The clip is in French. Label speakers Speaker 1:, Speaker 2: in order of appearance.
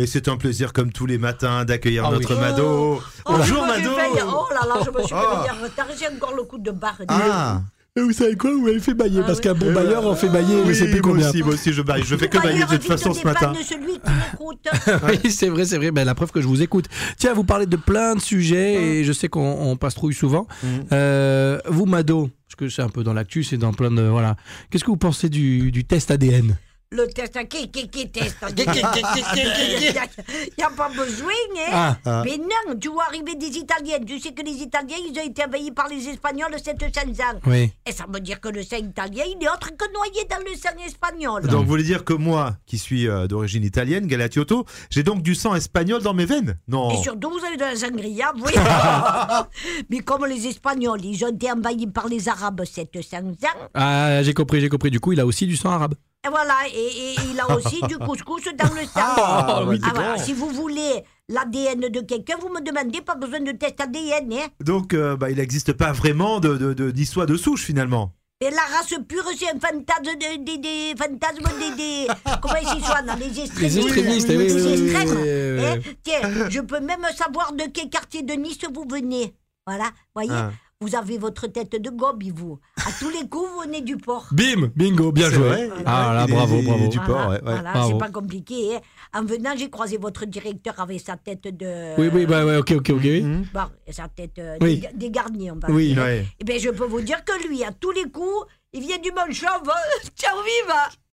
Speaker 1: Et c'est un plaisir comme tous les matins d'accueillir
Speaker 2: Ah oui.
Speaker 1: notre Mado.
Speaker 3: Oh,
Speaker 1: Bonjour
Speaker 3: je me
Speaker 1: Mado
Speaker 3: réveille. Oh là là, je me suis
Speaker 1: Oh.
Speaker 3: réveillée en retard. J'ai encore le coup de barre.
Speaker 1: Ah
Speaker 2: Et vous savez quoi Vous m'avez fait bailler,
Speaker 3: Ah
Speaker 2: parce
Speaker 3: oui.
Speaker 2: qu'un bon bailleur on fait bailler, je
Speaker 1: oui,
Speaker 2: sais
Speaker 1: moi
Speaker 2: plus combien.
Speaker 1: aussi, moi aussi je baille. Je fais que bailler de toute façon ce matin.
Speaker 3: de celui qui m'écoute.
Speaker 2: Oui, c'est vrai, c'est vrai. Ben, la preuve que je vous écoute. Tiens, vous parlez de plein de sujets et je sais qu'on on pastrouille souvent. Euh, vous, Mado, parce que c'est un peu dans l'actu, c'est dans plein de. Voilà. Qu'est-ce que vous pensez du, du test ADN
Speaker 3: Le test, hein, qui, qui, qui teste hein, qui, qui, qui, qui, qui, qui. Il n'y a pas besoin, hein
Speaker 2: Ah,
Speaker 1: Ah.
Speaker 3: Mais non, tu vois arriver des Italiens. Tu sais que les Italiens, ils ont été envahis par les Espagnols 700 ans.
Speaker 2: oui.
Speaker 3: Et ça veut dire que le sang italien, il est autre que noyé dans le sang espagnol.
Speaker 2: Ah.
Speaker 1: Donc vous voulez dire que moi, qui suis euh, d'origine italienne, Galatiotto, j'ai donc du sang espagnol dans mes veines Non.
Speaker 3: Et surtout, vous avez de la sangria, vous Mais comme les Espagnols, ils ont été envahis par les Arabes 700 ans.
Speaker 2: Ah, j'ai compris, j'ai compris. Du coup, il a aussi du sang arabe.
Speaker 3: Et voilà, et, et il a aussi du couscous dans le sang.
Speaker 1: Ah, oui,
Speaker 3: Ah,
Speaker 1: d'accord.
Speaker 3: voilà, si vous voulez l'ADN de quelqu'un, vous me demandez, pas besoin de test ADN. Hein.
Speaker 1: Donc euh, bah, il n'existe pas vraiment de, de, de, d'histoire de souche finalement.
Speaker 3: Et la race pure, c'est un fantasme des. des, des fantasmes des. des- comment ils soient dans les extrémistes.
Speaker 2: Les extrémistes, oui, oui,
Speaker 3: Les
Speaker 2: oui, oui,
Speaker 3: extrêmes.
Speaker 2: oui, oui,
Speaker 3: Hein,
Speaker 2: oui.
Speaker 3: Tiens, je peux même savoir de quel quartier de Nice vous venez. Voilà, voyez
Speaker 1: Ah.
Speaker 3: Vous avez votre tête de gobi, vous. À tous les coups, vous venez du port.
Speaker 2: Bim Bingo, bien
Speaker 1: C'est
Speaker 2: joué.
Speaker 1: vrai.
Speaker 2: Ah là,
Speaker 1: Il est-
Speaker 2: bravo,
Speaker 1: il est
Speaker 2: bravo.
Speaker 1: du- port, ouais, ouais.
Speaker 3: voilà,
Speaker 2: Bravo.
Speaker 3: c'est pas compliqué. hein. En venant, j'ai croisé votre directeur avec sa tête de.
Speaker 2: Oui, oui, bah, ouais, ok, ok, ok.
Speaker 3: Bon, sa tête euh,
Speaker 2: Oui.
Speaker 3: des, des garniers, on va
Speaker 2: Oui.
Speaker 3: dire.
Speaker 1: Ouais.
Speaker 3: Eh bien, je peux vous dire que lui, à tous les coups, il vient du Manchon. Ciao, viva